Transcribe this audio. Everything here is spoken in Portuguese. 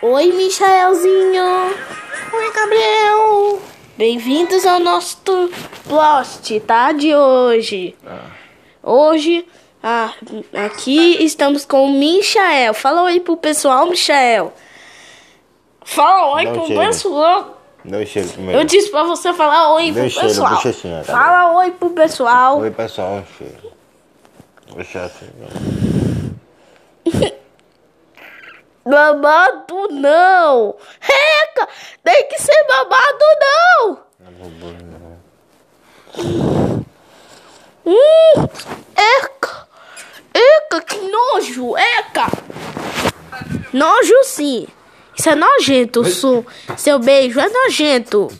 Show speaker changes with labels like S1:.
S1: Oi, Michaelzinho.
S2: Oi, Gabriel.
S1: Bem-vindos ao nosso Lost, tá? De hoje.
S3: Ah.
S1: Hoje, ah, aqui estamos com o Michael. Fala oi pro pessoal, Michael. Fala oi
S3: Não
S1: pro
S3: chega.
S1: pessoal.
S3: Dá o cheiro primeiro.
S1: Eu disse pra você falar oi
S3: Deu
S1: pro
S3: um cheiro,
S1: pessoal.
S3: bochechinha, tá
S1: Fala oi pro pessoal.
S3: Oi, pessoal, um cheiro. O chato.
S1: Babado não! Reca! Tem que ser babado não! Hum! Eca! Eca, que nojo! Eca! Nojo sim! Isso é nojento, su. seu beijo é nojento!